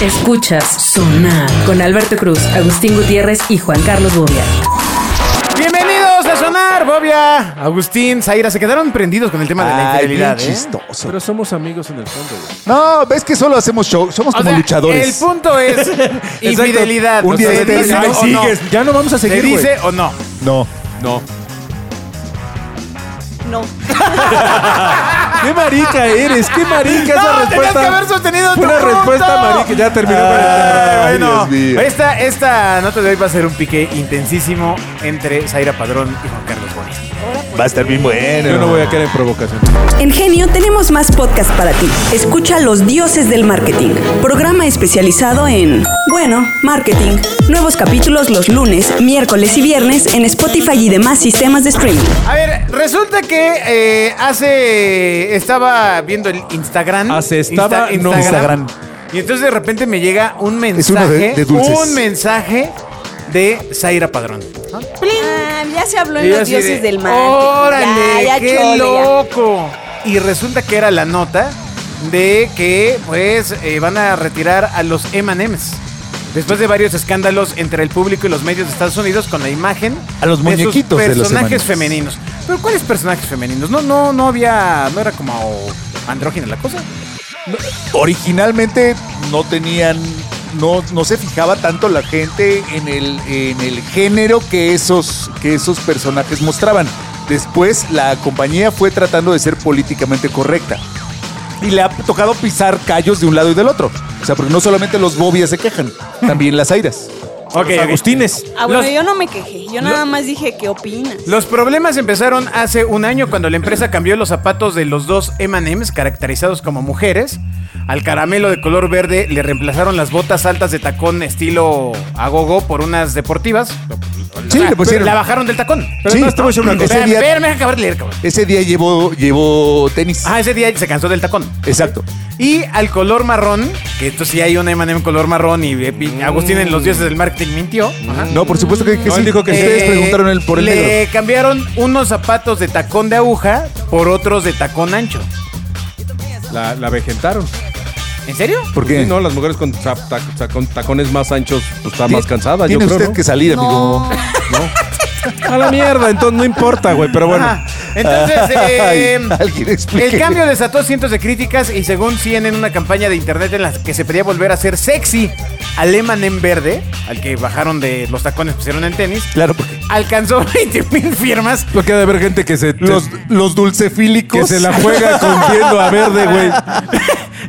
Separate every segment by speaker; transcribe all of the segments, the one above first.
Speaker 1: Escuchas Sonar con Alberto Cruz, Agustín Gutiérrez y Juan Carlos Bobia.
Speaker 2: Bienvenidos a Sonar, Bobia, Agustín, Zaira. Se quedaron prendidos con el tema de la
Speaker 3: Ay, bien
Speaker 2: infidelidad. ¿eh?
Speaker 3: chistoso.
Speaker 4: Pero somos amigos en el fondo, güey.
Speaker 3: No, ves que solo hacemos show. Somos
Speaker 2: O
Speaker 3: como
Speaker 2: sea, El
Speaker 3: luchadores.
Speaker 2: punto es infidelidad.
Speaker 3: Un
Speaker 2: O
Speaker 3: día
Speaker 2: sea, ¿le
Speaker 3: te
Speaker 2: dice
Speaker 3: dicen,
Speaker 2: o no?
Speaker 3: "Sigues".
Speaker 4: Ya no vamos a
Speaker 2: ¿Le
Speaker 4: seguir, güey.
Speaker 2: dice o no?
Speaker 3: No.
Speaker 4: No.
Speaker 5: No.
Speaker 4: ¡Qué marica eres! ¡Qué marica esa
Speaker 2: No, tenías
Speaker 4: respuesta!
Speaker 2: que haber sostenido
Speaker 4: Fue
Speaker 2: tu
Speaker 4: una
Speaker 2: punto.
Speaker 4: respuesta marica. Ya terminó con el tema.
Speaker 2: Ay,
Speaker 3: Dios mío.
Speaker 2: bueno, esta, esta nota de hoy va a ser un pique intensísimo entre Zaira Padrón y Juan Carlos Bonilla.
Speaker 3: Va a estar bien bueno.
Speaker 4: Yo no voy a caer en provocación.
Speaker 6: En Genio tenemos más podcast para ti. Escucha Los Dioses del Marketing, programa especializado en, bueno, marketing. Nuevos capítulos los lunes, miércoles y viernes en Spotify y demás sistemas de streaming.
Speaker 2: A ver, resulta que eh, hace. Estaba viendo el Instagram.
Speaker 4: Hace estaba, no.
Speaker 2: Instagram.
Speaker 3: Instagram.
Speaker 2: Y entonces de repente me llega un
Speaker 3: Es uno
Speaker 2: mensaje.
Speaker 3: de- de dulces.
Speaker 2: un mensaje de Zaira Padrón. ¿no?
Speaker 5: Ah, ya se habló
Speaker 2: Y
Speaker 5: en
Speaker 2: yo
Speaker 5: los
Speaker 2: así de,
Speaker 5: dioses del mar.
Speaker 2: ¡Órale!
Speaker 5: Ya, ya
Speaker 2: ¡Qué
Speaker 5: chole, ya.
Speaker 2: loco! Y resulta que era la nota de que, pues, eh, van a retirar a los M&M's. Después de varios escándalos entre el público y los medios de Estados Unidos con la imagen
Speaker 3: A los
Speaker 2: de sus
Speaker 3: muñequitos de los
Speaker 2: personajes
Speaker 3: M&Ms.
Speaker 2: femeninos. Pero ¿cuáles personajes femeninos? No, no, no había, no era como andrógina la cosa.
Speaker 3: Originalmente no tenían. No, no se fijaba tanto la gente en el, en el género que esos, que esos personajes mostraban. Después la compañía fue tratando de ser políticamente correcta. Y le ha tocado pisar callos de un lado y del otro. O sea, porque no solamente los bobias se quejan, también las airas.
Speaker 2: Ok,
Speaker 4: Los Agustines.
Speaker 5: Ah, bueno,
Speaker 2: Los-
Speaker 5: yo no me quejé. Yo nada más dije qué opinas.
Speaker 2: Los problemas empezaron hace un año cuando la empresa cambió los zapatos de los dos M&M's caracterizados como mujeres. Al caramelo de color verde le reemplazaron las botas altas de tacón estilo agogo por unas deportivas.
Speaker 3: Sí,
Speaker 2: O sea,
Speaker 3: le pusieron.
Speaker 2: La bajaron del tacón.
Speaker 4: Pero
Speaker 3: Sí,
Speaker 4: además te voy a decir una
Speaker 3: ese
Speaker 4: cosa.
Speaker 2: Espérame,
Speaker 3: día-
Speaker 2: espérame, deja acabar de leer, cabrón.
Speaker 3: Ese día llevó, llevó tenis.
Speaker 2: Ah, ese día se cansó del tacón.
Speaker 3: Exacto.
Speaker 2: Y al color marrón, que esto sí hay un M&M color marrón y, y Agustín en los dioses del marketing mintió. Ajá.
Speaker 3: No, por supuesto que, que
Speaker 4: No,
Speaker 3: sí.
Speaker 4: él dijo que sí.
Speaker 3: Ustedes
Speaker 2: Eh,
Speaker 3: preguntaron el, por el
Speaker 2: le
Speaker 3: negro.
Speaker 2: cambiaron unos zapatos de tacón de aguja por otros de tacón ancho.
Speaker 4: La, la vejentaron.
Speaker 2: ¿En serio?
Speaker 3: ¿Por qué?
Speaker 4: Sí, no, las mujeres con, zap- tac- tac- con tacones más anchos pues están más
Speaker 3: Ti-
Speaker 4: cansadas, yo
Speaker 3: Tiene
Speaker 4: creo,
Speaker 3: usted
Speaker 4: ¿no?
Speaker 3: que salir, amigo.
Speaker 5: No.
Speaker 4: A la mierda, entonces no importa, güey, pero bueno.
Speaker 3: Ah.
Speaker 2: Ajá. Entonces, eh,
Speaker 3: Ay, alguien explique.
Speaker 2: el cambio desató cientos de críticas y según CNN una campaña de internet en la que se pedía volver a ser sexy al en verde, al que bajaron de los tacones, pusieron en tenis,
Speaker 3: Claro, porque
Speaker 2: alcanzó 20 mil firmas.
Speaker 4: Lo que ha de haber gente que se,
Speaker 3: los, los dulcefílicos.
Speaker 4: que se la juega contiendo a verde, güey.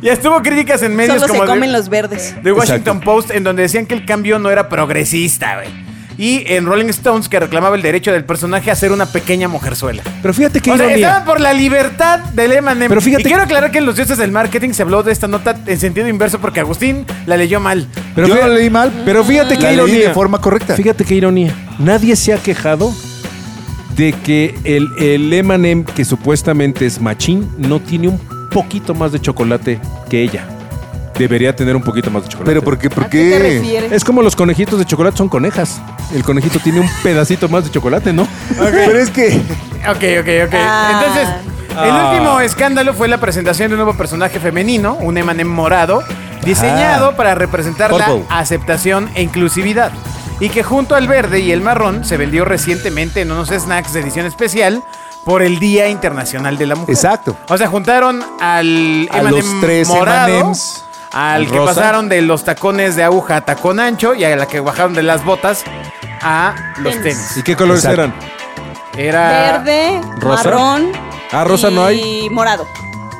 Speaker 2: Y estuvo críticas en medios
Speaker 5: Solo se
Speaker 2: como de-
Speaker 5: comen los verdes.
Speaker 2: The Washington
Speaker 3: Exacto.
Speaker 2: Post, en donde decían que el cambio no era progresista, güey. Y en Rolling Stones, que reclamaba el derecho del personaje a ser una pequeña mujerzuela.
Speaker 4: Pero fíjate qué
Speaker 2: O sea,
Speaker 4: ironía.
Speaker 2: estaban por la libertad del Emanem.
Speaker 4: Pero fíjate-
Speaker 2: y quiero aclarar que en los dioses del marketing se habló de esta nota en sentido inverso porque Agustín la leyó mal.
Speaker 4: Pero
Speaker 3: Yo
Speaker 4: fíjate-
Speaker 3: la leí mal.
Speaker 4: Pero fíjate
Speaker 3: La
Speaker 4: qué
Speaker 3: leí
Speaker 4: ironía.
Speaker 3: de forma correcta.
Speaker 4: Fíjate qué ironía. Nadie se ha quejado de que el, el Emanem, que supuestamente es machín, no tiene un poquito más de chocolate que ella. Debería tener un poquito más de chocolate.
Speaker 3: Pero ¿por qué? ¿Por
Speaker 5: ¿A qué te
Speaker 3: qué?
Speaker 5: refieres?
Speaker 4: es como los conejitos de chocolate son conejas. El conejito tiene un pedacito más de chocolate, ¿no?
Speaker 3: Pero es que
Speaker 2: Ok, ok, ok.
Speaker 5: Ah.
Speaker 2: Entonces, el
Speaker 4: Ah.
Speaker 2: último escándalo fue la presentación de un nuevo personaje femenino, un Emanem morado, diseñado para representar
Speaker 3: Ah. Purple.
Speaker 2: la aceptación e inclusividad. Y que junto al verde y el marrón se vendió recientemente en unos snacks de edición especial por el Día Internacional de la Mujer.
Speaker 3: Exacto.
Speaker 2: O sea, juntaron al
Speaker 3: A
Speaker 2: M&M
Speaker 3: los tres
Speaker 2: morado,
Speaker 3: M&Ms,
Speaker 2: al
Speaker 3: al
Speaker 2: que
Speaker 3: rosa.
Speaker 2: pasaron de los tacones de aguja a tacón ancho y a la que bajaron de las botas a los
Speaker 5: Tenis.
Speaker 2: tenis.
Speaker 4: ¿Y qué colores
Speaker 3: Exacto.
Speaker 4: eran?
Speaker 2: Era
Speaker 5: Verde,
Speaker 4: ¿Rosa?
Speaker 5: marrón.
Speaker 4: Ah, rosa no hay.
Speaker 5: Y morado.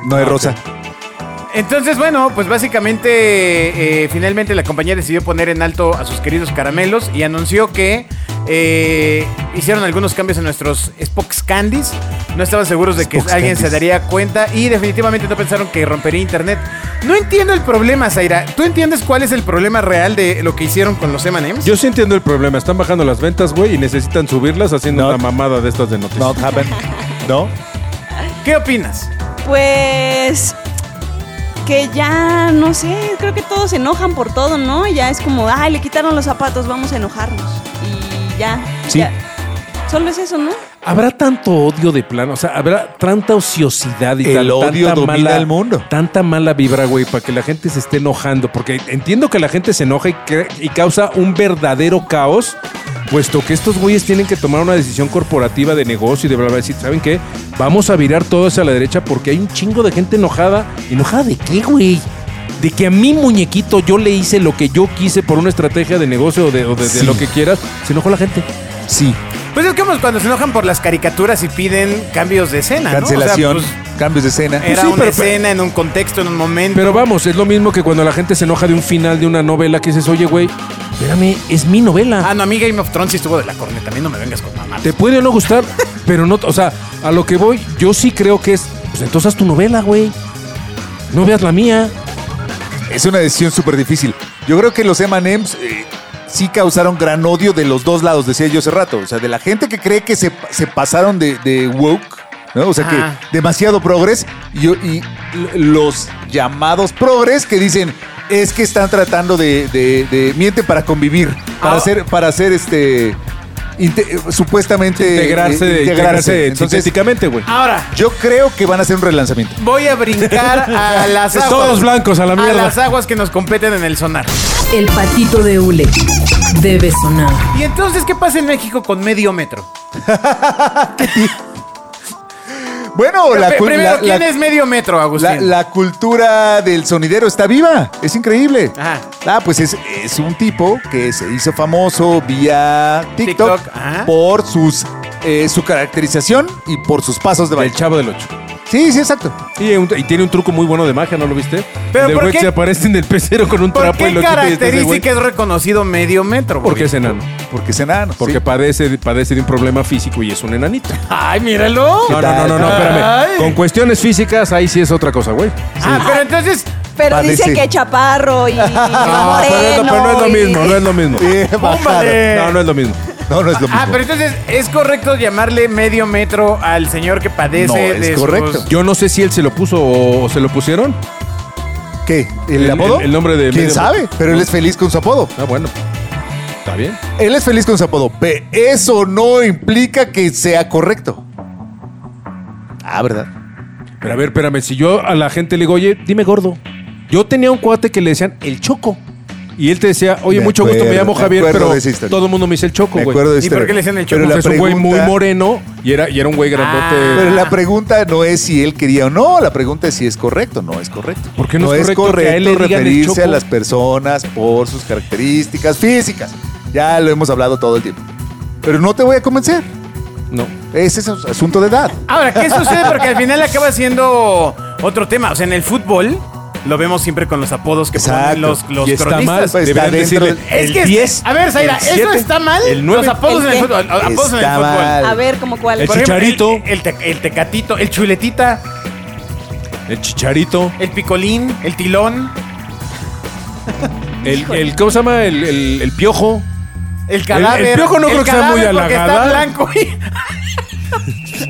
Speaker 3: no
Speaker 4: Ah,
Speaker 3: es rosa.
Speaker 2: Entonces, bueno, pues básicamente, eh, finalmente la compañía decidió poner en alto a sus queridos caramelos y anunció que eh, hicieron algunos cambios en nuestros Spox Candies. No estaban seguros de que
Speaker 3: Spox
Speaker 2: alguien se
Speaker 3: Candies.
Speaker 2: daría cuenta y definitivamente no pensaron que rompería internet. No entiendo el problema, Zaira. ¿Tú entiendes cuál es el problema real de lo que hicieron con los M&M's?
Speaker 4: Yo sí entiendo el problema. Están bajando las ventas, güey, y necesitan subirlas haciendo
Speaker 3: No.
Speaker 4: una mamada de estas de noticias.
Speaker 3: Not happen. ¿No?
Speaker 2: ¿Qué opinas?
Speaker 5: Pues que ya, no sé, creo que todos se enojan por todo, ¿no? Ya es como, ay, le quitaron los zapatos, vamos a enojarnos. Y ya.
Speaker 3: Sí.
Speaker 5: ya. Solo es eso, ¿no?
Speaker 4: ¿Habrá tanto odio de plano? O sea, ¿habrá tanta ociosidad y
Speaker 3: El
Speaker 4: tal-
Speaker 3: odio
Speaker 4: tanta
Speaker 3: domina
Speaker 4: mala,
Speaker 3: el mundo.
Speaker 4: Tanta mala vibra, güey, para que la gente se esté enojando. Porque entiendo que la gente se enoja y, cre- y causa un verdadero caos, puesto que estos güeyes tienen que tomar una decisión corporativa de negocio y de bla, bla, bla. Decir, ¿saben qué? Vamos a virar todo hacia la derecha porque hay un chingo de gente enojada. ¿Enojada de qué, güey? De que a mi muñequito yo le hice lo que yo quise por una estrategia de negocio o de, o de- de
Speaker 3: Sí.
Speaker 4: lo que quieras. Se enojó la gente.
Speaker 3: Sí,
Speaker 2: Pues es como cuando se enojan por las caricaturas y piden cambios de escena. ¿no? O sea,
Speaker 3: cancelación,
Speaker 2: pues,
Speaker 3: cambios de escena.
Speaker 2: era
Speaker 4: sí,
Speaker 2: una
Speaker 4: pero-
Speaker 2: escena en un contexto, en un momento.
Speaker 4: Pero vamos, es lo mismo que cuando la gente se enoja de un final de una novela que dices, oye, güey, espérame, es mi novela.
Speaker 2: Ah, no, a mí Game of Thrones sí estuvo de la corneta. A mí no me vengas con mamá.
Speaker 4: Te puede o no gustar, pero no, o sea, a lo que voy, yo sí creo que es, pues entonces haz tu novela, güey. No veas la mía.
Speaker 3: Es una decisión súper difícil. Yo creo que los M&M's eh, sí causaron gran odio de los dos lados, decía yo hace rato. O sea, de la gente que cree que se, se pasaron de, de woke, ¿no? O sea,
Speaker 2: Ajá.
Speaker 3: que demasiado progres y, y l- los llamados progres que dicen es que están tratando de, de- de- miente para convivir, para
Speaker 2: Ah.
Speaker 3: hacer, para hacer este... inte- eh, supuestamente
Speaker 4: Integrarse,
Speaker 3: eh,
Speaker 4: integrarse
Speaker 3: Entonces,
Speaker 4: sintéticamente, güey.
Speaker 2: Ahora,
Speaker 3: yo creo que van a hacer un relanzamiento.
Speaker 2: voy a brincar a las aguas.
Speaker 4: Todos blancos, a la
Speaker 2: A
Speaker 4: mierda.
Speaker 2: las aguas que nos competen en el sonar.
Speaker 1: El patito de hule debe sonar.
Speaker 2: Y entonces, ¿qué pasa en México con medio metro?
Speaker 3: Bueno, la,
Speaker 2: Pe-
Speaker 3: cul-
Speaker 2: Primero,
Speaker 3: la- la-
Speaker 2: ¿quién es medio metro,
Speaker 3: La,
Speaker 2: Agustín?
Speaker 3: la cultura del sonidero está viva, es increíble.
Speaker 2: Ajá.
Speaker 3: Ah, pues es, es un tipo que se hizo famoso vía TikTok,
Speaker 2: TikTok, ajá.
Speaker 3: por sus eh, su caracterización y por sus pasos de
Speaker 4: El
Speaker 3: baile.
Speaker 4: chavo del 8.
Speaker 3: Sí, sí, exacto.
Speaker 4: Y, eh, un- y tiene un truco muy bueno de magia, ¿no lo viste?
Speaker 2: Pero
Speaker 4: Del
Speaker 2: ¿por
Speaker 4: güey que
Speaker 2: qué?
Speaker 4: se aparece en el pecero con un
Speaker 2: ¿Por
Speaker 4: trapo
Speaker 2: qué
Speaker 4: y lo quita y entonces, güey,
Speaker 2: característica es reconocido medio metro?
Speaker 4: Porque es
Speaker 2: Bobby?
Speaker 4: enano.
Speaker 3: Porque es enano.
Speaker 4: Porque
Speaker 3: sí.
Speaker 4: padece, padece de un problema físico y es un enanito.
Speaker 2: Ay, míralo.
Speaker 4: No, no, no, no, no, espérame.
Speaker 2: Ay.
Speaker 4: Con cuestiones físicas, ahí sí es otra cosa, güey.
Speaker 2: Ah, pero entonces,
Speaker 5: Pero
Speaker 3: Vale,
Speaker 5: dice
Speaker 3: sí.
Speaker 5: que chaparro y moreno.
Speaker 4: Ah, pero, es lo, pero no es lo
Speaker 5: y-
Speaker 4: mismo, no es lo mismo.
Speaker 3: Sí, bajaron.
Speaker 4: No, no es lo mismo.
Speaker 3: No, no es lo mismo.
Speaker 2: Ah, pero entonces es correcto llamarle medio metro al señor que padece
Speaker 3: No, es
Speaker 2: de
Speaker 3: correcto.
Speaker 2: sus-
Speaker 4: Yo no sé si él se lo puso o, o se lo pusieron.
Speaker 3: ¿Qué? ¿El,
Speaker 4: El-
Speaker 3: apodo?
Speaker 4: el- el nombre de
Speaker 3: ¿Quién
Speaker 4: medio-
Speaker 3: sabe? Pero él es feliz con su apodo.
Speaker 4: Ah, bueno. Está bien.
Speaker 3: Él es feliz con su apodo. Pe- Eso no implica que sea correcto. Ah, ¿verdad?
Speaker 4: Pero a ver, espérame, si yo a la gente le digo, oye, dime gordo. Yo tenía un cuate que le decían el choco. Y él te decía, oye,
Speaker 3: Me
Speaker 4: mucho gusto, me
Speaker 3: acuerdo,
Speaker 4: llamo
Speaker 3: me
Speaker 4: Javier,
Speaker 3: acuerdo
Speaker 4: pero
Speaker 3: de esa historia.
Speaker 4: todo el mundo me dice el choco,
Speaker 3: Me
Speaker 4: güey.
Speaker 3: acuerdo
Speaker 2: Oh,
Speaker 3: de
Speaker 2: ¿Y por
Speaker 3: historia.
Speaker 2: qué le decían el
Speaker 3: Pero
Speaker 2: Choco?
Speaker 3: la
Speaker 4: Pues es un güey muy
Speaker 3: pregunta-
Speaker 4: moreno y era, y era un güey grandote.
Speaker 2: Ah.
Speaker 3: Pero la pregunta no es si él quería o no, la pregunta es si es correcto. No es correcto.
Speaker 4: ¿Por qué no es correcto que a él le digan el
Speaker 3: referirse a
Speaker 4: Choco?
Speaker 3: las personas por sus características físicas. Ya lo hemos hablado todo el tiempo. Pero no te voy a convencer.
Speaker 4: No.
Speaker 3: Ese es un asunto de edad.
Speaker 2: Ahora, ¿qué sucede? Porque al final acaba siendo otro tema. O sea, en el fútbol lo vemos siempre con los apodos que ponen
Speaker 3: Exacto.
Speaker 2: los, los
Speaker 4: y está mal.
Speaker 2: cronistas.
Speaker 3: pues,
Speaker 4: deberían
Speaker 3: está dentro
Speaker 4: decirle
Speaker 3: del-
Speaker 2: Es que,
Speaker 4: el
Speaker 2: es-
Speaker 4: 10.
Speaker 2: a ver, Zaira,
Speaker 4: el
Speaker 2: ¿eso
Speaker 4: siete,
Speaker 2: está mal?
Speaker 4: El 9.
Speaker 2: Los apodos en
Speaker 5: ¿El
Speaker 2: el
Speaker 5: qué?
Speaker 2: fútbol. los Apodos en el
Speaker 3: Está mal.
Speaker 2: fútbol.
Speaker 5: A ver, ¿cómo cuál?
Speaker 4: El
Speaker 2: Por ejemplo,
Speaker 4: chicharito.
Speaker 2: el- el te- el tecatito, el chuletita,
Speaker 4: El chicharito.
Speaker 2: el picolín, el tilón,
Speaker 4: El, el- ¿Cómo se llama? El, el- el piojo.
Speaker 2: el cadáver.
Speaker 4: el piojo no creo que sea muy
Speaker 2: cadáver porque
Speaker 4: halagada.
Speaker 2: está blanco.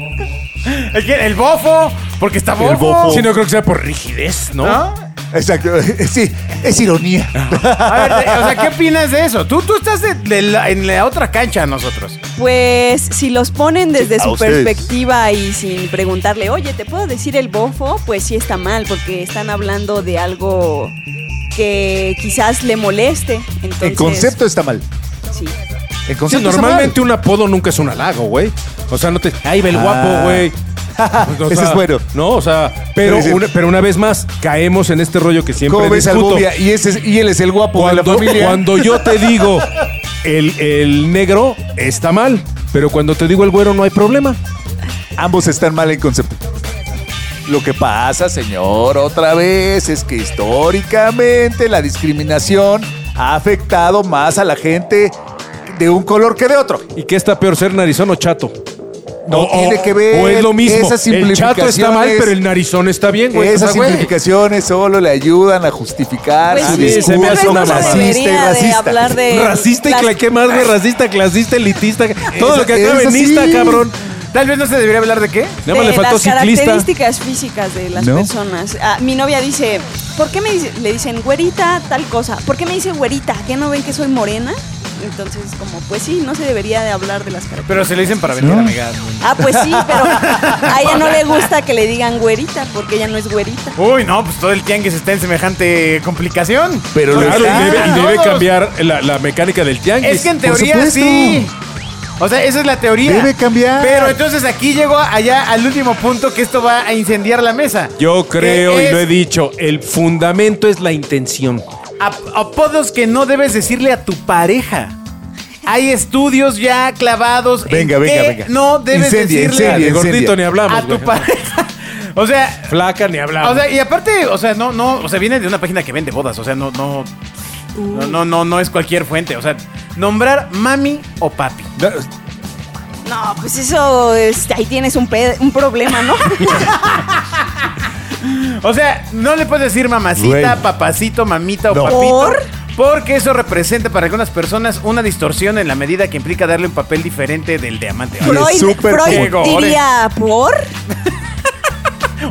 Speaker 2: el, que- el bofo, porque está bofo.
Speaker 4: Sí, no creo que sea por rigidez, ¿no?
Speaker 2: ¿No?
Speaker 3: Exacto. Sí, es ironía.
Speaker 4: Ah.
Speaker 2: A ver, o sea, ¿qué opinas de eso? Tú, tú estás de- de la- en la otra cancha nosotros.
Speaker 5: Pues si los ponen desde
Speaker 3: A
Speaker 5: su
Speaker 3: ustedes.
Speaker 5: perspectiva y sin preguntarle, oye, ¿te puedo decir el bofo? Pues sí está mal, porque están hablando de algo que quizás le moleste. Entonces,
Speaker 3: El concepto está mal.
Speaker 5: Sí.
Speaker 3: El
Speaker 4: Sí,
Speaker 3: concepto pues, está mal.
Speaker 4: normalmente un apodo nunca es un halago, güey. O sea, no te. ¡Ay, el
Speaker 3: Ah.
Speaker 4: guapo, güey! Pues, o
Speaker 3: Ese es bueno.
Speaker 4: No, o sea, pero,
Speaker 3: Pero sí.
Speaker 4: una, pero una vez más caemos en este rollo que siempre
Speaker 3: ¿Cómo ves al
Speaker 4: discuto.
Speaker 3: Bobia? Y, ese es- y él es el guapo de la
Speaker 4: Cuando,
Speaker 3: familia.
Speaker 4: cuando yo te digo el, el negro está mal, pero cuando te digo el güero no hay problema.
Speaker 3: Ambos están mal en concepto. Lo que pasa, señor, otra vez es que históricamente la discriminación ha afectado más a la gente de un color que de otro.
Speaker 4: ¿Y qué está peor ser narizón o chato?
Speaker 3: No tiene que ver
Speaker 4: O es lo mismo.
Speaker 3: esas
Speaker 4: el chato está mal,
Speaker 3: simplificaciones.
Speaker 4: pero el narizón está bien, güey.
Speaker 3: Esas
Speaker 4: Pues, O sea, güey.
Speaker 3: simplificaciones solo le ayudan a justificar
Speaker 5: Pues
Speaker 3: su
Speaker 4: mí
Speaker 5: sí,
Speaker 4: Ah, se me
Speaker 5: tal vez
Speaker 4: hace
Speaker 3: discurso
Speaker 4: una
Speaker 5: no se
Speaker 4: mamada.
Speaker 3: racista y
Speaker 5: debería de
Speaker 3: racista.
Speaker 5: hablar de
Speaker 4: Racista y
Speaker 5: las-
Speaker 4: cla- ¿qué más, güey? Racista, clasista, elitista. Todo
Speaker 3: Eso-
Speaker 4: lo que acaba
Speaker 3: eso
Speaker 4: en ista,
Speaker 3: sí.
Speaker 4: cabrón.
Speaker 2: Tal vez no se debería hablar de qué.
Speaker 4: Nada más
Speaker 5: de
Speaker 4: le faltó
Speaker 5: las
Speaker 4: ciclista.
Speaker 5: características físicas de las
Speaker 3: No.
Speaker 5: personas. Ah, mi novia dice, ¿por qué me dice- le dicen güerita tal cosa? ¿Por qué me dice güerita? ¿Qué no ven que soy morena? Entonces, como, pues sí, no se debería de hablar de las características.
Speaker 2: Pero se le dicen para venir,
Speaker 3: ¿No?
Speaker 2: amiga.
Speaker 5: Ah, pues sí, pero a ella no le gusta que le digan güerita, porque ella no es güerita.
Speaker 2: Uy, no, pues todo el tianguis está en semejante complicación.
Speaker 3: Pero lo
Speaker 4: Claro,
Speaker 3: está.
Speaker 4: y debe, y debe
Speaker 2: Todos.
Speaker 4: cambiar la, la mecánica del tianguis.
Speaker 2: Es que en
Speaker 3: Por
Speaker 2: teoría
Speaker 3: supuesto.
Speaker 2: sí. O sea, esa es la teoría.
Speaker 3: Debe cambiar.
Speaker 2: Pero entonces aquí llego allá al último punto que esto va a incendiar la mesa.
Speaker 4: Yo creo,
Speaker 2: Que
Speaker 4: y lo he
Speaker 2: es
Speaker 4: dicho, el fundamento es la intención.
Speaker 2: ap- apodos que no debes decirle a tu pareja. Hay estudios ya clavados
Speaker 3: Venga,
Speaker 2: en
Speaker 3: venga,
Speaker 2: que
Speaker 3: venga.
Speaker 2: no debes
Speaker 3: Incendia,
Speaker 2: decirle
Speaker 3: incendia,
Speaker 2: a-
Speaker 4: De
Speaker 3: incendia.
Speaker 4: gordito ni hablamos.
Speaker 2: a tu
Speaker 4: güey.
Speaker 2: pareja. O sea,
Speaker 4: Flaca ni hablamos.
Speaker 2: O sea, y aparte, o sea, no, no, o sea, viene de una página que vende bodas, o sea, no, no, no, no, no, no es cualquier fuente, o sea, nombrar mami o papi.
Speaker 5: No, pues eso, este, ahí tienes un, pe- un problema, ¿no?
Speaker 2: O sea, no le puedes decir mamacita,
Speaker 3: Güey.
Speaker 2: papacito, mamita o
Speaker 3: No.
Speaker 2: papito.
Speaker 5: ¿Por?
Speaker 2: Porque eso representa para algunas personas una distorsión en la medida que implica darle un papel diferente del de amante.
Speaker 3: Y es
Speaker 5: Freud,
Speaker 3: súper
Speaker 5: Freud
Speaker 2: común.
Speaker 5: diría, ¿por?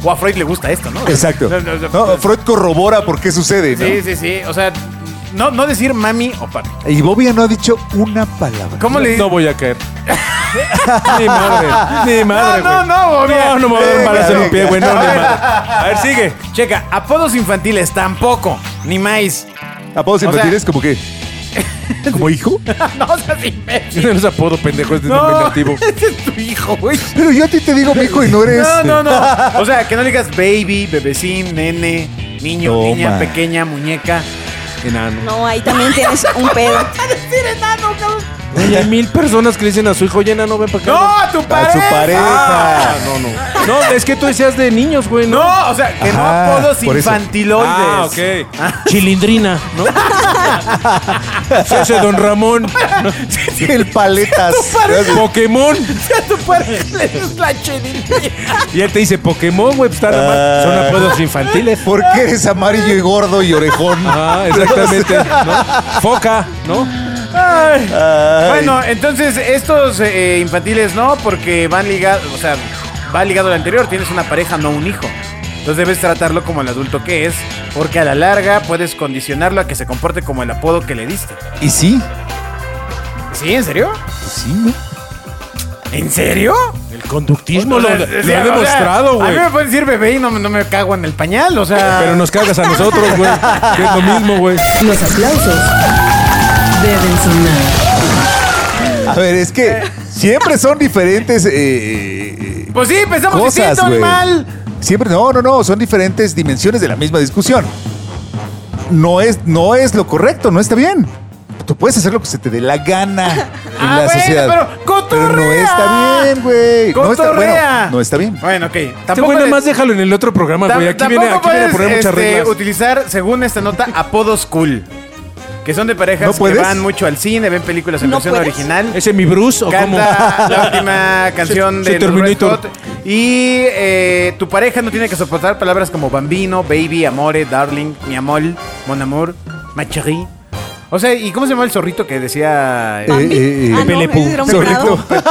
Speaker 2: O a Freud le gusta esto, ¿no?
Speaker 3: Exacto.
Speaker 2: No, no, no.
Speaker 3: No, Freud corrobora por qué sucede, ¿no?
Speaker 2: Sí, sí, sí. O sea, no, no decir mami o papi.
Speaker 3: Y Bobia no ha dicho una palabra.
Speaker 2: ¿Cómo le
Speaker 4: No voy a caer. ni madre, ni madre.
Speaker 2: No, no, no,
Speaker 4: güey.
Speaker 2: Bobia.
Speaker 4: No, no me voy a
Speaker 3: Venga,
Speaker 4: embarazar un pie,
Speaker 3: venga.
Speaker 4: güey. No, ni madre. A ver, sigue.
Speaker 2: Checa, apodos infantiles tampoco, ni más. O
Speaker 3: ¿Apodos
Speaker 2: sea-
Speaker 3: infantiles como qué? ¿Como hijo?
Speaker 2: no seas imbécil.
Speaker 4: No es apodo, pendejo, es denominativo.
Speaker 2: ese es tu hijo, güey.
Speaker 3: Pero yo a ti te digo mi hijo y no eres...
Speaker 2: No, no,
Speaker 4: Este.
Speaker 2: no. O sea, que no digas baby, bebecín, nene, niño,
Speaker 3: Toma.
Speaker 2: niña, pequeña, muñeca.
Speaker 4: Enano.
Speaker 5: No, ahí también tienes un pedo.
Speaker 4: Güey, hay mil personas que le dicen a su hijo, oye, enano, ven para acá.
Speaker 2: ¡No, a tu
Speaker 3: A
Speaker 2: pareja! Ah,
Speaker 3: su pareja.
Speaker 4: No, no. No, es que tú decías de niños, güey, ¿no?
Speaker 2: No, o sea, que
Speaker 3: Ajá,
Speaker 2: no apodos
Speaker 3: por eso.
Speaker 2: infantiloides.
Speaker 4: Ah, ok. Chilindrina, ¿no? Se hace Don Ramón.
Speaker 3: El paletas.
Speaker 4: Pokémon.
Speaker 2: A tu pareja le dices la chilindrina.
Speaker 4: Y él te dice Pokémon, güey, pues está nada más. Son apodos infantiles.
Speaker 3: ¿Por qué eres amarillo y gordo y orejón?
Speaker 4: Ah, exactamente. ¿no? Foca, ¿no?
Speaker 2: Ay.
Speaker 3: Ay.
Speaker 2: Bueno, entonces estos eh, infantiles no, porque van ligados, o sea, va ligado al anterior, tienes una pareja, no un hijo. Entonces debes tratarlo como el adulto que es, porque a la larga puedes condicionarlo a que se comporte como el apodo que le diste.
Speaker 3: ¿Y sí?
Speaker 2: ¿Sí? ¿En serio?
Speaker 3: Pues sí, ¿no?
Speaker 2: ¿En serio?
Speaker 4: El conductismo lo, lo
Speaker 2: O
Speaker 4: he
Speaker 2: sea,
Speaker 4: demostrado,
Speaker 2: A
Speaker 4: güey.
Speaker 2: mí me pueden decir bebé y no, no me cago en el pañal, o sea.
Speaker 4: Pero nos cagas a nosotros, güey. Que es lo mismo, güey.
Speaker 1: Los aplausos deben sonar.
Speaker 3: A ver, es que siempre son diferentes... eh,
Speaker 2: Pues sí, pensamos
Speaker 3: cosas,
Speaker 2: distinto,
Speaker 3: güey.
Speaker 2: animal.
Speaker 3: Siempre, no, no, no, son diferentes dimensiones de la misma discusión. No es, no es lo correcto, no está bien. Tú puedes hacer lo que se te dé la gana en
Speaker 2: Ah,
Speaker 3: la
Speaker 2: bueno,
Speaker 3: sociedad.
Speaker 2: pero cotorrea.
Speaker 3: no está bien, güey. No está, bueno,
Speaker 2: Cotorrea.
Speaker 3: no está bien.
Speaker 2: Bueno, ok.
Speaker 4: Este güey nada
Speaker 2: le-
Speaker 4: más déjalo en el otro programa,
Speaker 2: Tam-
Speaker 4: güey. pues, Aquí
Speaker 2: tampoco
Speaker 4: viene, aquí viene a
Speaker 2: puedes,
Speaker 4: poner muchas
Speaker 2: este,
Speaker 4: reglas.
Speaker 2: utilizar, según esta nota, apodos cool. Que son de
Speaker 3: ¿No
Speaker 2: parejas que
Speaker 3: puedes?
Speaker 2: van mucho al cine, ven películas en
Speaker 5: ¿No
Speaker 2: versión
Speaker 5: puedes?
Speaker 2: original.
Speaker 4: ¿Ese mi Bruce o cómo?
Speaker 2: Canta la última canción
Speaker 4: Soy
Speaker 2: de los Red
Speaker 4: Terminator.
Speaker 2: Hot. Y eh, tu pareja no tiene que soportar palabras como bambino, baby, amore, darling, mi amor, mon amour, ma chérie. O sea, ¿y cómo se llama el zorrito que decía? eh,
Speaker 5: Bambi.
Speaker 3: eh, eh,
Speaker 5: ah,
Speaker 3: Pepe
Speaker 5: no,
Speaker 4: Le Pew.
Speaker 5: ese era un
Speaker 3: Sobre
Speaker 5: venado.
Speaker 3: todo,
Speaker 2: Pe- Pe-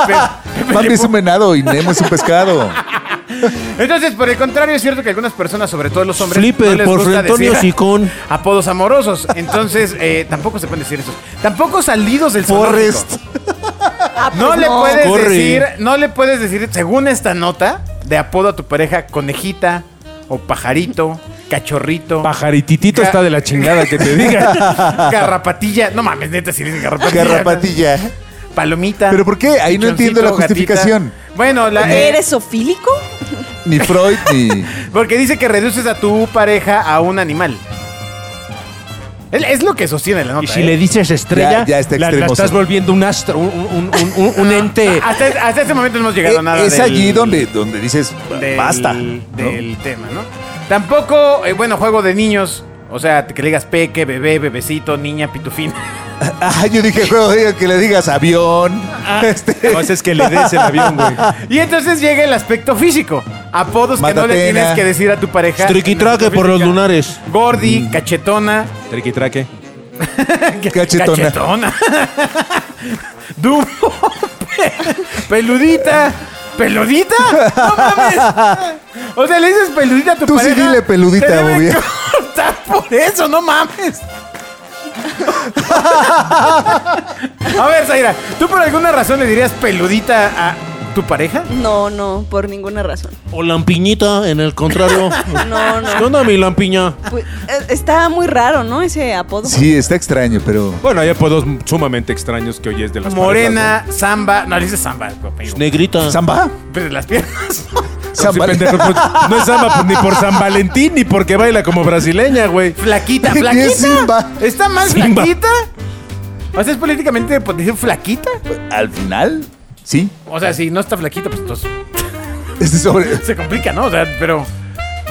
Speaker 2: Pepe
Speaker 3: Bambi
Speaker 2: Le
Speaker 3: es un venado y Nemo es un pescado.
Speaker 2: Entonces, por el contrario, es cierto que algunas personas, sobre todo los hombres,
Speaker 4: Flipper,
Speaker 2: no les
Speaker 4: por
Speaker 2: gusta
Speaker 4: Antonio
Speaker 2: decir
Speaker 4: Sicón.
Speaker 2: apodos amorosos. Entonces, eh, tampoco se pueden decir esos. Tampoco salidos del
Speaker 3: Forrest.
Speaker 2: zoológico. No le
Speaker 5: no.
Speaker 2: puedes
Speaker 4: Corre.
Speaker 2: decir, no le puedes decir, según esta nota, de apodo a tu pareja, conejita o pajarito, cachorrito,
Speaker 4: Pajarititito está de la chingada que te diga.
Speaker 2: garrapatilla. No mames, neta, si dices garrapatilla.
Speaker 3: Garrapatilla.
Speaker 2: Palomita.
Speaker 3: ¿Pero por qué? Ahí no
Speaker 2: pichoncito,
Speaker 3: entiendo la
Speaker 2: gatita.
Speaker 3: justificación.
Speaker 2: Bueno, la, eh,
Speaker 5: ¿Eres sofílico?
Speaker 3: Ni Freud ni.
Speaker 2: Porque dice que reduces a tu pareja a un animal. Es, es lo que sostiene la nota.
Speaker 4: Y si
Speaker 2: ¿eh?
Speaker 4: le dices estrella,
Speaker 3: Ya- ya está
Speaker 4: la, la
Speaker 3: extremoso.
Speaker 4: estás volviendo un astro, un, un- un- un- un ente.
Speaker 2: hasta, hasta este momento no hemos llegado a nada.
Speaker 3: Eh, es
Speaker 2: del-
Speaker 3: allí donde, donde dices
Speaker 2: del-
Speaker 3: basta. ¿no?
Speaker 2: Del tema, ¿no? Tampoco, eh, bueno, juego de niños. O sea, que le digas peque, bebé, bebecito, niña, pitufín.
Speaker 3: Ah, yo dije juego de- que le digas avión.
Speaker 2: Ah.
Speaker 3: Este,
Speaker 4: No, ese es que le des el avión, güey.
Speaker 2: Y entonces llega el aspecto físico. Apodos que no le
Speaker 3: Matatena.
Speaker 2: tienes que decir a tu pareja.
Speaker 4: Triquitraque por los
Speaker 2: Física.
Speaker 4: lunares.
Speaker 2: Gordi,
Speaker 3: Mm.
Speaker 2: cachetona.
Speaker 4: Triquitraque.
Speaker 3: Cachetona.
Speaker 2: Cachetona. Dumbo. Peludita. ¿Peludita? ¡No mames! O sea, le dices peludita a tu
Speaker 3: Tú sí
Speaker 2: pareja.
Speaker 3: dile peludita,
Speaker 2: te deben
Speaker 3: Bobia.
Speaker 2: cortar por eso, no mames. A ver, Zaira, ¿tú por alguna razón le dirías peludita a tu pareja?
Speaker 5: No, no, por ninguna razón.
Speaker 4: O lampiñita, en el contrario.
Speaker 5: No, no.
Speaker 4: ¿Qué onda, mi lampiña?
Speaker 5: Pues, eh, está muy raro, ¿no? Ese apodo.
Speaker 3: Sí, está extraño, pero.
Speaker 4: Bueno, hay apodos sumamente extraños que hoy es de las
Speaker 2: Morena, samba. No, le dices samba, compañero.
Speaker 4: Negrita.
Speaker 3: ¿Zamba?
Speaker 2: Pero de las piernas.
Speaker 3: ¿Zamba?
Speaker 4: Sí, pendejo, pues, no es samba pues, ni por San Valentín ni porque baila como brasileña, güey.
Speaker 2: Flaquita,
Speaker 3: ¿Qué es
Speaker 2: flaquita.
Speaker 3: Simba?
Speaker 2: ¿Está mal
Speaker 4: Simba.
Speaker 2: flaquita? O sea, es políticamente potencial flaquita.
Speaker 3: Al final, sí.
Speaker 2: O sea, si no está flaquita, pues entonces
Speaker 3: Este sobre.
Speaker 2: se complica, ¿no? O sea, pero.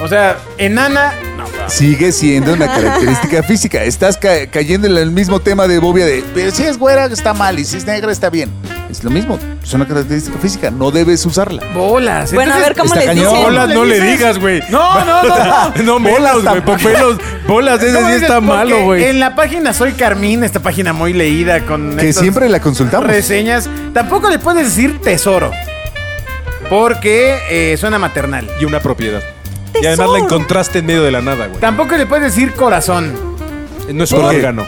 Speaker 2: O sea, enana. No, o sea,
Speaker 3: Sigue siendo una característica física. Estás ca- cayendo en el mismo tema de Bobia de "Pero si es güera está mal y si es negra está bien. Es lo mismo, es una característica física, no debes usarla.
Speaker 2: bolas.
Speaker 5: Bueno, a ver
Speaker 2: Entonces,
Speaker 5: cómo
Speaker 3: está
Speaker 5: les
Speaker 3: cañón.
Speaker 5: dicen.
Speaker 4: Bolas, no le digas, güey.
Speaker 2: No, no, no, no.
Speaker 4: No, bolas, güey. Por pelos. Bolas, ese
Speaker 2: ¿Cómo
Speaker 4: sí
Speaker 2: dices?
Speaker 4: está
Speaker 2: Porque
Speaker 4: malo, güey.
Speaker 2: En la página Soy Carmín, esta página muy leída con.
Speaker 3: Que
Speaker 2: estas
Speaker 3: siempre la consultamos.
Speaker 2: Reseñas. Tampoco le puedes decir tesoro. Porque eh, suena maternal.
Speaker 4: Y una propiedad. Y además la encontraste en medio de la nada, güey.
Speaker 2: Tampoco le puedes decir corazón.
Speaker 4: Eh, No es un
Speaker 3: ¿Por qué?
Speaker 4: órgano.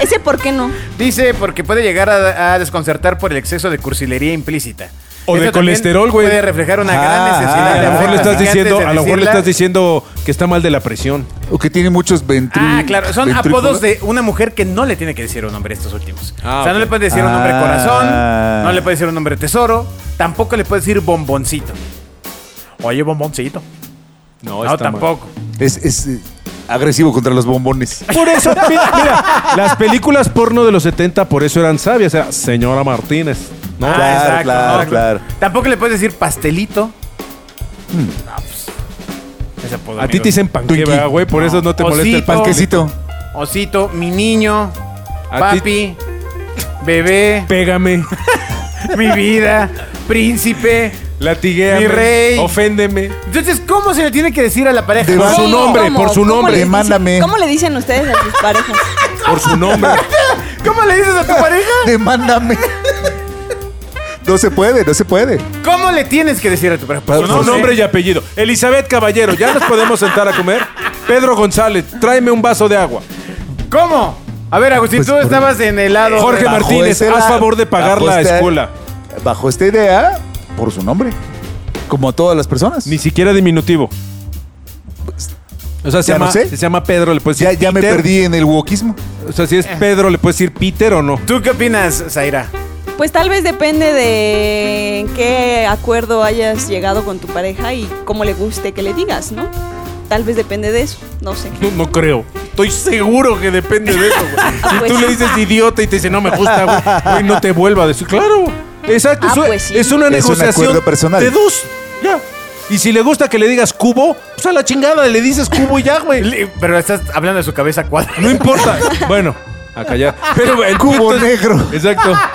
Speaker 5: Ese por qué no.
Speaker 2: Dice porque puede llegar a, a desconcertar por el exceso de cursilería implícita.
Speaker 4: O de
Speaker 2: Esto también
Speaker 4: colesterol, güey.
Speaker 2: Puede reflejar una
Speaker 3: Ah,
Speaker 2: gran necesidad.
Speaker 4: a
Speaker 2: de
Speaker 4: lo mejor le
Speaker 2: afecto
Speaker 4: estás diciendo,
Speaker 2: de
Speaker 4: a lo mejor le
Speaker 2: decirla.
Speaker 4: estás diciendo que está mal de la presión.
Speaker 3: O que tiene muchos ventrículos.
Speaker 2: Ah, claro, son apodos de una mujer que no le tiene que decir un nombre estos últimos.
Speaker 4: Ah,
Speaker 2: o sea, no
Speaker 4: ok.
Speaker 2: le puedes decir un nombre
Speaker 3: Ah.
Speaker 2: corazón, no le puedes decir un nombre tesoro, tampoco le puedes decir bomboncito. Oye, bomboncito. No,
Speaker 4: Oh, está mal.
Speaker 2: tampoco.
Speaker 3: Es, es, eh, agresivo contra los bombones.
Speaker 4: Por eso, mira, mira, las películas porno de los 70 por eso eran sabias. Era señora Martínez, ¿no?
Speaker 2: Ah,
Speaker 3: Claro, claro, claro.
Speaker 2: Tampoco le puedes decir pastelito. No, pues, ese apodo,
Speaker 4: Hmm. a ti
Speaker 2: amigo.
Speaker 4: te dicen panque,
Speaker 3: Twinkie.
Speaker 4: ¿verdad, güey, por eso no te molesta el
Speaker 2: Osito.
Speaker 4: panque.
Speaker 3: Panquecito.
Speaker 2: Osito, mi niño,
Speaker 4: A ti-
Speaker 2: papi, bebé,
Speaker 4: Pégame,
Speaker 2: mi vida, príncipe.
Speaker 4: latiguea,
Speaker 2: Mi rey.
Speaker 4: oféndeme.
Speaker 2: Entonces, ¿cómo se le tiene que decir a la pareja?
Speaker 3: Te vas
Speaker 4: Por su
Speaker 5: ¿Cómo?
Speaker 4: nombre, por su
Speaker 5: ¿Cómo
Speaker 4: nombre.
Speaker 5: le dicen-
Speaker 3: Mándame.
Speaker 5: ¿Cómo le dicen ustedes a sus parejas?
Speaker 4: Por su nombre.
Speaker 2: ¿Cómo le dices a tu pareja?
Speaker 3: Demándame. No se puede, no se puede.
Speaker 2: ¿Cómo le tienes que decir a tu pareja? Pues,
Speaker 4: Por su nombre y apellido. Elizabeth Caballero, ¿ya nos podemos sentar a comer? Pedro González, tráeme un vaso de agua.
Speaker 2: ¿Cómo? A ver, Agustín,
Speaker 3: Pues,
Speaker 2: tú
Speaker 3: por-
Speaker 2: estabas en el lado.
Speaker 4: Jorge
Speaker 2: de-
Speaker 3: Bajo
Speaker 4: Martínez,
Speaker 3: ese
Speaker 4: haz
Speaker 3: la-
Speaker 4: favor de pagar
Speaker 3: bajo
Speaker 4: la
Speaker 3: esta-
Speaker 4: escuela.
Speaker 3: Bajo esta idea, por su nombre. Como a todas las personas.
Speaker 4: Ni siquiera diminutivo. O sea, se
Speaker 3: Ya no
Speaker 4: llama,
Speaker 3: sé.
Speaker 4: se llama Pedro, le puedes
Speaker 3: ya
Speaker 4: decir
Speaker 3: ya me
Speaker 4: Peter.
Speaker 3: perdí en el wokismo.
Speaker 4: O sea, si es
Speaker 5: Eh.
Speaker 4: Pedro, ¿le puedes decir Peter o no?
Speaker 2: ¿Tú qué opinas, Zaira?
Speaker 5: Pues tal vez depende de en qué acuerdo hayas llegado con tu pareja y cómo le guste que le digas, ¿no? Tal vez depende de eso, no sé.
Speaker 4: No, no creo. Estoy seguro que depende de eso, güey.
Speaker 5: Pues
Speaker 4: y tú le
Speaker 5: sí.
Speaker 4: dices idiota y te dice, no me gusta, güey. güey. no te vuelva a decir, claro. Exacto,
Speaker 5: Ah,
Speaker 4: eso
Speaker 5: pues sí.
Speaker 4: es una
Speaker 3: Es un
Speaker 4: negociación
Speaker 3: acuerdo personal.
Speaker 4: de dos. Ya. Y si le gusta que le digas cubo, pues a la chingada, le dices cubo y ya, güey.
Speaker 2: Le- Pero estás hablando de su cabeza cuadra.
Speaker 4: No importa. bueno, a callar. Pero el
Speaker 3: Cubo
Speaker 4: punto es-
Speaker 3: negro.
Speaker 4: Exacto.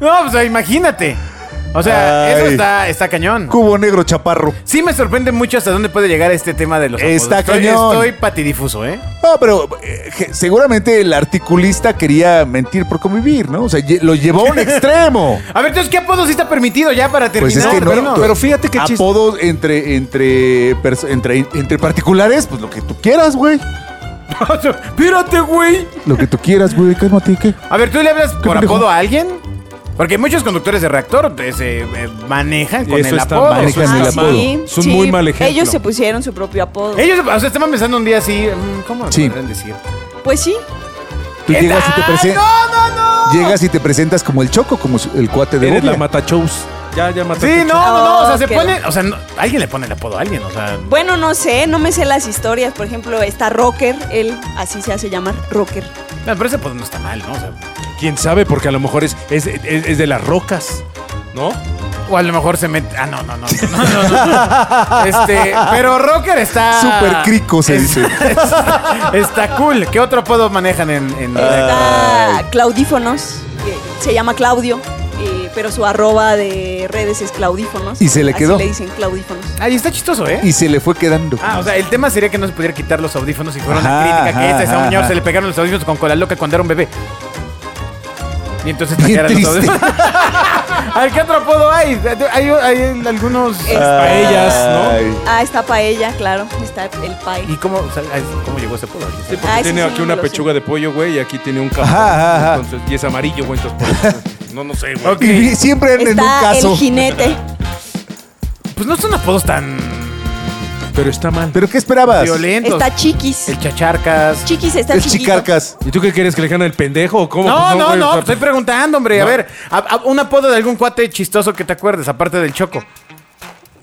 Speaker 2: No, o sea, imagínate. O sea, eso
Speaker 3: Ay.
Speaker 2: está, está cañón.
Speaker 3: Cubo negro chaparro.
Speaker 2: Sí me sorprende mucho hasta dónde puede llegar este tema de los apodos.
Speaker 3: Está
Speaker 2: Estoy-
Speaker 3: cañón.
Speaker 2: Estoy patidifuso, ¿eh?
Speaker 3: No, pero eh, je- seguramente el articulista quería mentir por convivir, ¿no? O sea, lle- lo llevó a un extremo.
Speaker 2: A ver, entonces, ¿qué apodo sí está permitido ya para terminar?
Speaker 3: Pues es que no,
Speaker 2: Bueno,
Speaker 3: tú-
Speaker 4: pero fíjate qué chiste.
Speaker 3: Apodos entre, entre, perso- entre, entre particulares, pues lo que tú quieras, güey.
Speaker 2: Espérate, güey.
Speaker 3: Lo que tú quieras, güey, cálmate, ¿qué?
Speaker 2: A ver, ¿tú le hablas por
Speaker 3: pendejo?
Speaker 2: apodo a alguien? Porque muchos conductores de reactor eh, se eh, manejan con
Speaker 4: Eso
Speaker 2: el
Speaker 4: está
Speaker 2: apodo.
Speaker 4: mal,
Speaker 3: eso Manejan el
Speaker 4: está mal.
Speaker 3: apodo.
Speaker 4: Es un muy mal ejemplo.
Speaker 5: Ah,
Speaker 4: Eh.
Speaker 5: Ellos se pusieron su propio apodo.
Speaker 2: Ellos, o sea, estaban pensando un día así, mm, ¿cómo
Speaker 3: Sí.
Speaker 2: lo podrían decir?
Speaker 5: Pues sí,
Speaker 3: Tú llegas y, te presen-
Speaker 2: ¡No, no, no!
Speaker 3: llegas y te presentas como el choco, como su- el cuate de
Speaker 4: Eres la
Speaker 3: Bobia.
Speaker 4: matachous. Ya, ya mataste.
Speaker 2: Sí, no, no, no, o sea, se
Speaker 5: Ok.
Speaker 2: pone, o sea, no- alguien le pone el apodo a alguien, o sea,
Speaker 5: bueno, no sé, no me sé las historias. Por ejemplo, está Rocker, él así se hace llamar Rocker.
Speaker 2: no, pero ese apodo no está mal, ¿no? O, sea,
Speaker 4: Quién sabe, porque a lo mejor es, es, es- es de las rocas, ¿no?
Speaker 2: o a lo mejor se mete, ah, no, no, no, no, no, no, no. Este, pero Rocker está...
Speaker 3: Súper crico, se dice.
Speaker 2: Está cool. ¿Qué otro apodo manejan en... en-
Speaker 5: Está Claudífonos, que se llama Claudio, eh, pero su arroba de redes es Claudífonos.
Speaker 3: Y se le
Speaker 5: Así
Speaker 3: quedó.
Speaker 5: le dicen Claudífonos.
Speaker 2: Ahí está chistoso, ¿eh?
Speaker 3: Y se le fue quedando.
Speaker 2: Ah, o sea, el tema sería que no se pudiera quitar los audífonos y fuera una
Speaker 3: Ajá,
Speaker 2: crítica que
Speaker 3: ajá,
Speaker 2: este
Speaker 3: ajá,
Speaker 2: señor
Speaker 3: ajá.
Speaker 2: se le pegaron los audífonos con cola loca cuando era un bebé. Y entonces
Speaker 3: Bien
Speaker 2: sacaran los
Speaker 3: triste.
Speaker 2: audífonos. ¿Al qué otro apodo hay? Hay, hay algunos...
Speaker 5: Eh.
Speaker 4: Ah, Paellas, ¿no?
Speaker 3: Ay.
Speaker 5: Ah, está paella, claro. Está el pay.
Speaker 2: ¿Y cómo, o sea, cómo llegó ese apodo?
Speaker 4: Sí, porque
Speaker 5: Ah, ese
Speaker 4: tiene
Speaker 5: sí
Speaker 4: aquí
Speaker 5: no
Speaker 4: una
Speaker 5: lo sé.
Speaker 4: pechuga de pollo, güey, y aquí tiene un camarón.
Speaker 3: Ajá, ajá, ajá.
Speaker 4: Entonces, y es amarillo, güey, entonces por eso- No, no sé, güey.
Speaker 2: Ok.
Speaker 3: Y siempre andan en un
Speaker 5: Está el
Speaker 3: caso.
Speaker 5: jinete.
Speaker 2: Pues no son apodos tan
Speaker 4: Pero está mal.
Speaker 3: ¿Pero qué esperabas?
Speaker 2: violentos.
Speaker 5: Está chiquis.
Speaker 2: El chacharcas.
Speaker 5: Chiquis está
Speaker 3: El
Speaker 5: chiquito.
Speaker 3: chicarcas.
Speaker 4: ¿Y tú qué quieres que le gane el pendejo o cómo? Pues
Speaker 2: No, no, no,
Speaker 4: güey, o
Speaker 2: pues,
Speaker 4: sea,
Speaker 2: estoy preguntando, hombre. A ver, a- a- un apodo de algún cuate chistoso que te acuerdes, aparte del Choco.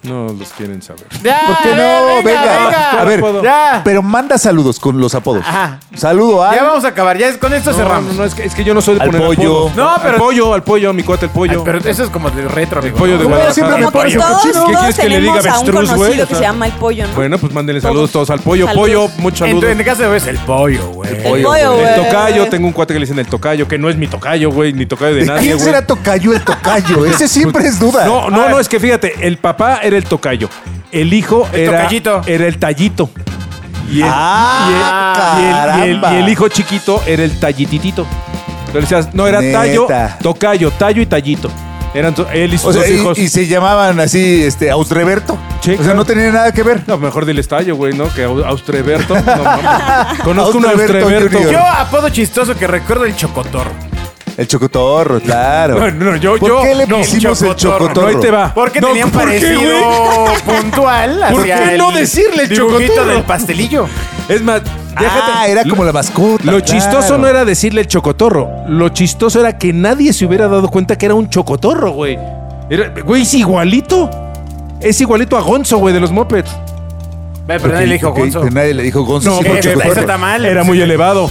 Speaker 4: No los quieren saber.
Speaker 2: Ya,
Speaker 3: ¿Por qué
Speaker 2: a
Speaker 3: no?
Speaker 2: ver,
Speaker 3: Venga, a ver,
Speaker 2: ya.
Speaker 3: pero manda saludos con los apodos.
Speaker 2: Ajá.
Speaker 3: Saludo a.
Speaker 2: ya vamos a acabar, ya es- con esto
Speaker 4: No,
Speaker 2: cerramos.
Speaker 4: No, no, es que, es que yo no soy de
Speaker 3: Al
Speaker 4: poner
Speaker 3: pollo.
Speaker 4: apodos.
Speaker 2: No, pero-
Speaker 4: Al pollo, al pollo, a mi cuate, el
Speaker 2: Ay,
Speaker 4: pollo.
Speaker 2: pero eso es como de retro, amigo.
Speaker 4: pollo de
Speaker 2: ¿no?
Speaker 4: Guadalajara.
Speaker 3: siempre me
Speaker 4: Al
Speaker 3: pones
Speaker 5: Pues
Speaker 4: pollo.
Speaker 5: todos,
Speaker 3: cochino?
Speaker 4: ¿Qué
Speaker 5: todos
Speaker 4: quieres que le diga
Speaker 5: tenemos a un
Speaker 4: avestruz,
Speaker 5: conocido
Speaker 4: güey? O
Speaker 5: que
Speaker 4: sea,
Speaker 5: se llama el pollo, ¿no?
Speaker 4: Bueno, pues mándenle
Speaker 5: Todos.
Speaker 4: saludos todos al pollo.
Speaker 5: Saludos.
Speaker 4: Pollo, muchos
Speaker 2: En, tu-
Speaker 4: saludos.
Speaker 2: en el caso de es el pollo, güey.
Speaker 5: pollo, güey.
Speaker 4: El tocayo, tengo un cuate que le dicen el tocayo, que no es mi tocayo, güey, ni tocayo de,
Speaker 3: ¿De
Speaker 4: nadie,
Speaker 3: quién
Speaker 4: güey.
Speaker 3: será Ah. tocayo el tocayo? Ese siempre es duda.
Speaker 4: No, no, no, es que fíjate, el papá era el tocayo, el hijo
Speaker 2: El
Speaker 4: era,
Speaker 2: tocallito.
Speaker 4: era el tallito. Y el,
Speaker 3: Ah,
Speaker 4: y el- y el- y el-
Speaker 3: caramba.
Speaker 4: y el hijo chiquito era el tallititito. Entonces decías, no, era
Speaker 3: Neta.
Speaker 4: tallo, tocayo, tallo y tallito. Eran to- él y sus
Speaker 3: O sea,
Speaker 4: dos
Speaker 3: y,
Speaker 4: hijos.
Speaker 3: y se llamaban así, este, Austreberto.
Speaker 4: Sí,
Speaker 3: o sea,
Speaker 4: claro.
Speaker 3: no tenía nada que ver.
Speaker 4: No, mejor diles tallo, güey, ¿no? Que au- Austreberto. No, mames. Conozco un
Speaker 3: Austreberto
Speaker 4: Austreberto.
Speaker 3: Junior.
Speaker 2: Yo apodo chistoso que recuerdo el Chocotorro.
Speaker 3: El chocotorro, claro.
Speaker 4: No, no, yo-
Speaker 3: ¿Por
Speaker 4: yo-
Speaker 3: qué le
Speaker 4: no,
Speaker 3: pusimos el
Speaker 2: chocotorro.
Speaker 3: chocotorro?
Speaker 4: No, ahí te va.
Speaker 2: Porque
Speaker 4: No,
Speaker 2: tenía un
Speaker 4: ¿por qué,
Speaker 2: parecido puntual
Speaker 4: ¿Por
Speaker 2: hacia
Speaker 4: qué no
Speaker 2: el
Speaker 4: decirle
Speaker 2: dibujito
Speaker 4: Chocotorro?
Speaker 2: del pastelillo.
Speaker 4: Es más, déjate.
Speaker 3: Ah, era como la mascota.
Speaker 4: Lo
Speaker 3: claro.
Speaker 4: chistoso no era decirle el chocotorro. Lo chistoso era que nadie se hubiera dado cuenta que era un chocotorro, güey. Era- güey, es igualito. Es igualito a Gonzo, güey, de los Mopeds.
Speaker 2: Ve, Pero
Speaker 3: Porque-
Speaker 2: nadie le dijo
Speaker 3: porque
Speaker 2: Gonzo. Eh,
Speaker 3: Nadie le dijo Gonzo.
Speaker 4: No,
Speaker 3: sí,
Speaker 4: porque-
Speaker 3: fue el
Speaker 2: Eso
Speaker 3: chocotorro.
Speaker 2: está mal.
Speaker 4: Era muy elevado.
Speaker 2: O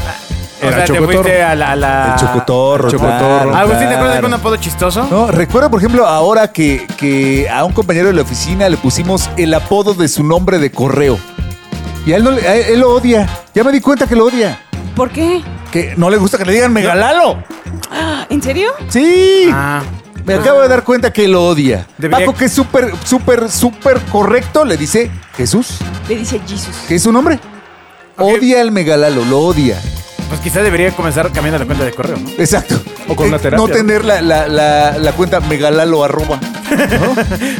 Speaker 4: Era
Speaker 2: sea, te
Speaker 4: chocotorro.
Speaker 2: fuiste a la... a la-
Speaker 3: El chocotorro,
Speaker 4: Chocotorro.
Speaker 3: claro,
Speaker 2: Agustín, ¿te acuerdas de
Speaker 3: claro.
Speaker 2: algún apodo chistoso?
Speaker 3: No, recuerdo, por ejemplo, ahora que, que a un compañero de la oficina le pusimos el apodo de su nombre de correo. Y a él, no le- a él- él lo odia. Ya me di cuenta que lo odia.
Speaker 5: ¿Por qué?
Speaker 3: Que no le gusta que le digan megalalo.
Speaker 5: Ah, ¿En serio?
Speaker 3: Sí.
Speaker 2: Ah.
Speaker 3: Me acabo de dar cuenta que lo odia.
Speaker 2: Debería-
Speaker 3: Paco, que es súper, súper, súper correcto, le dice Jesús,
Speaker 5: Le dice Jesus.
Speaker 3: que es su nombre.
Speaker 2: Ok.
Speaker 3: Odia el megalalo, lo odia.
Speaker 2: Pues quizá debería comenzar cambiando la cuenta de correo, ¿no?
Speaker 3: Exacto. Eh,
Speaker 4: O con la terapia,
Speaker 3: No
Speaker 4: ¿no?
Speaker 3: tener la, la- la- la cuenta megalalo arroba.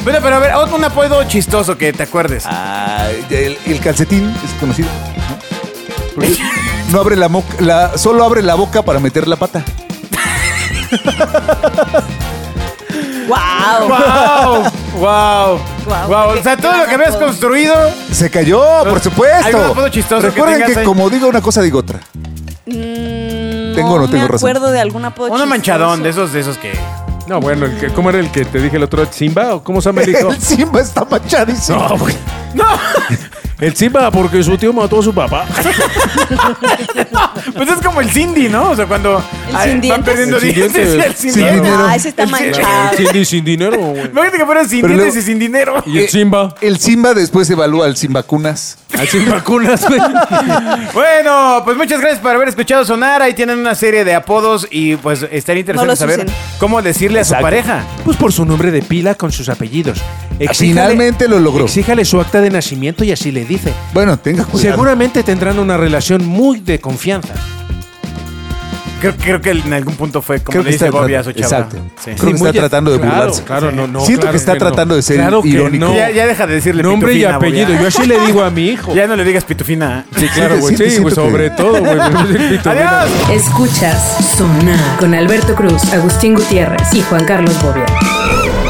Speaker 2: Bueno, pero a ver, otro un apodo chistoso que te acuerdes.
Speaker 3: Ah, el, el calcetín es conocido. ¿no? No abre la boca, solo abre la boca para meter la pata.
Speaker 5: ¡Wow!
Speaker 2: ¡Wow! ¡Wow!
Speaker 5: Guau,
Speaker 2: ¡Wow!
Speaker 5: qué
Speaker 2: O sea, todo lo que habías
Speaker 5: gran apodo.
Speaker 2: construido.
Speaker 3: Se cayó, por
Speaker 2: ¿algún
Speaker 3: supuesto.
Speaker 2: apodo chistoso que
Speaker 3: Recuerden
Speaker 2: tengas
Speaker 3: que,
Speaker 2: ahí?
Speaker 3: como digo una cosa, digo otra.
Speaker 5: Mm,
Speaker 3: Tengo o no tengo
Speaker 5: me
Speaker 3: razón.
Speaker 5: acuerdo de algún apodo
Speaker 2: Uno
Speaker 5: chistoso.
Speaker 2: manchadón, de esos, de esos que.
Speaker 4: No, bueno, el que- ¿cómo era el que te dije el otro? ¿Simba? ¿O cómo se llama el hijo?
Speaker 3: El Simba está manchadísimo.
Speaker 4: No, güey. El Simba, porque su tío mató a su papá.
Speaker 2: Pues es como el Cindy, ¿no? O sea, cuando
Speaker 5: El
Speaker 2: ay,
Speaker 5: sin
Speaker 2: van
Speaker 5: dientes.
Speaker 2: perdiendo
Speaker 4: El sin
Speaker 2: dientes.
Speaker 4: dientes.
Speaker 2: El sin
Speaker 3: Sin
Speaker 2: dientes.
Speaker 3: dinero.
Speaker 5: Ah, ese está
Speaker 2: El sí-
Speaker 5: manchado.
Speaker 4: Cindy sin dinero, güey.
Speaker 2: Imagínate que fueran sin
Speaker 3: Pero
Speaker 2: dientes y
Speaker 3: luego-
Speaker 2: sin dinero.
Speaker 4: Y el Simba.
Speaker 3: Eh, El Simba después evalúa al Simba Cunas.
Speaker 4: Al sin vacunas, güey.
Speaker 2: Bueno, pues muchas gracias por haber escuchado sonar. Ahí tienen una serie de apodos y pues estaría interesante
Speaker 5: los
Speaker 2: saber
Speaker 5: usen.
Speaker 2: cómo decirle a su
Speaker 3: Exacto.
Speaker 2: pareja.
Speaker 4: Pues por su nombre de pila con sus apellidos.
Speaker 3: Finalmente lo logró.
Speaker 4: Exíjale su acta de nacimiento y así le dice.
Speaker 3: Bueno, tenga cuidado.
Speaker 4: Seguramente tendrán una relación muy de confianza.
Speaker 2: Creo, creo que en algún punto fue como
Speaker 3: Creo
Speaker 2: le
Speaker 3: que
Speaker 2: dice
Speaker 3: está
Speaker 2: Bobby a
Speaker 3: tratando-
Speaker 2: su chava.
Speaker 3: exacto.
Speaker 2: Sí.
Speaker 3: Creo que está tratando de
Speaker 4: claro,
Speaker 3: burlarse.
Speaker 4: Claro, no, no.
Speaker 3: Siento que
Speaker 4: claro
Speaker 3: está
Speaker 4: no.
Speaker 3: tratando de ser
Speaker 4: Claro que
Speaker 3: irónico.
Speaker 4: no.
Speaker 2: Ya, ya deja de decirle
Speaker 4: Nombre y
Speaker 2: pitufina, Bobby,
Speaker 4: apellido.
Speaker 2: ya.
Speaker 4: Yo así le digo a mi hijo.
Speaker 2: Ya no le digas pitufina.
Speaker 4: Sí, claro, güey.
Speaker 3: Siento-
Speaker 4: Sí,
Speaker 3: siento que-
Speaker 4: güey, sobre todo, güey.
Speaker 2: ¡Adiós!
Speaker 1: Escuchas Sonar con Alberto Cruz, Agustín Gutiérrez y Juan Carlos Bobia.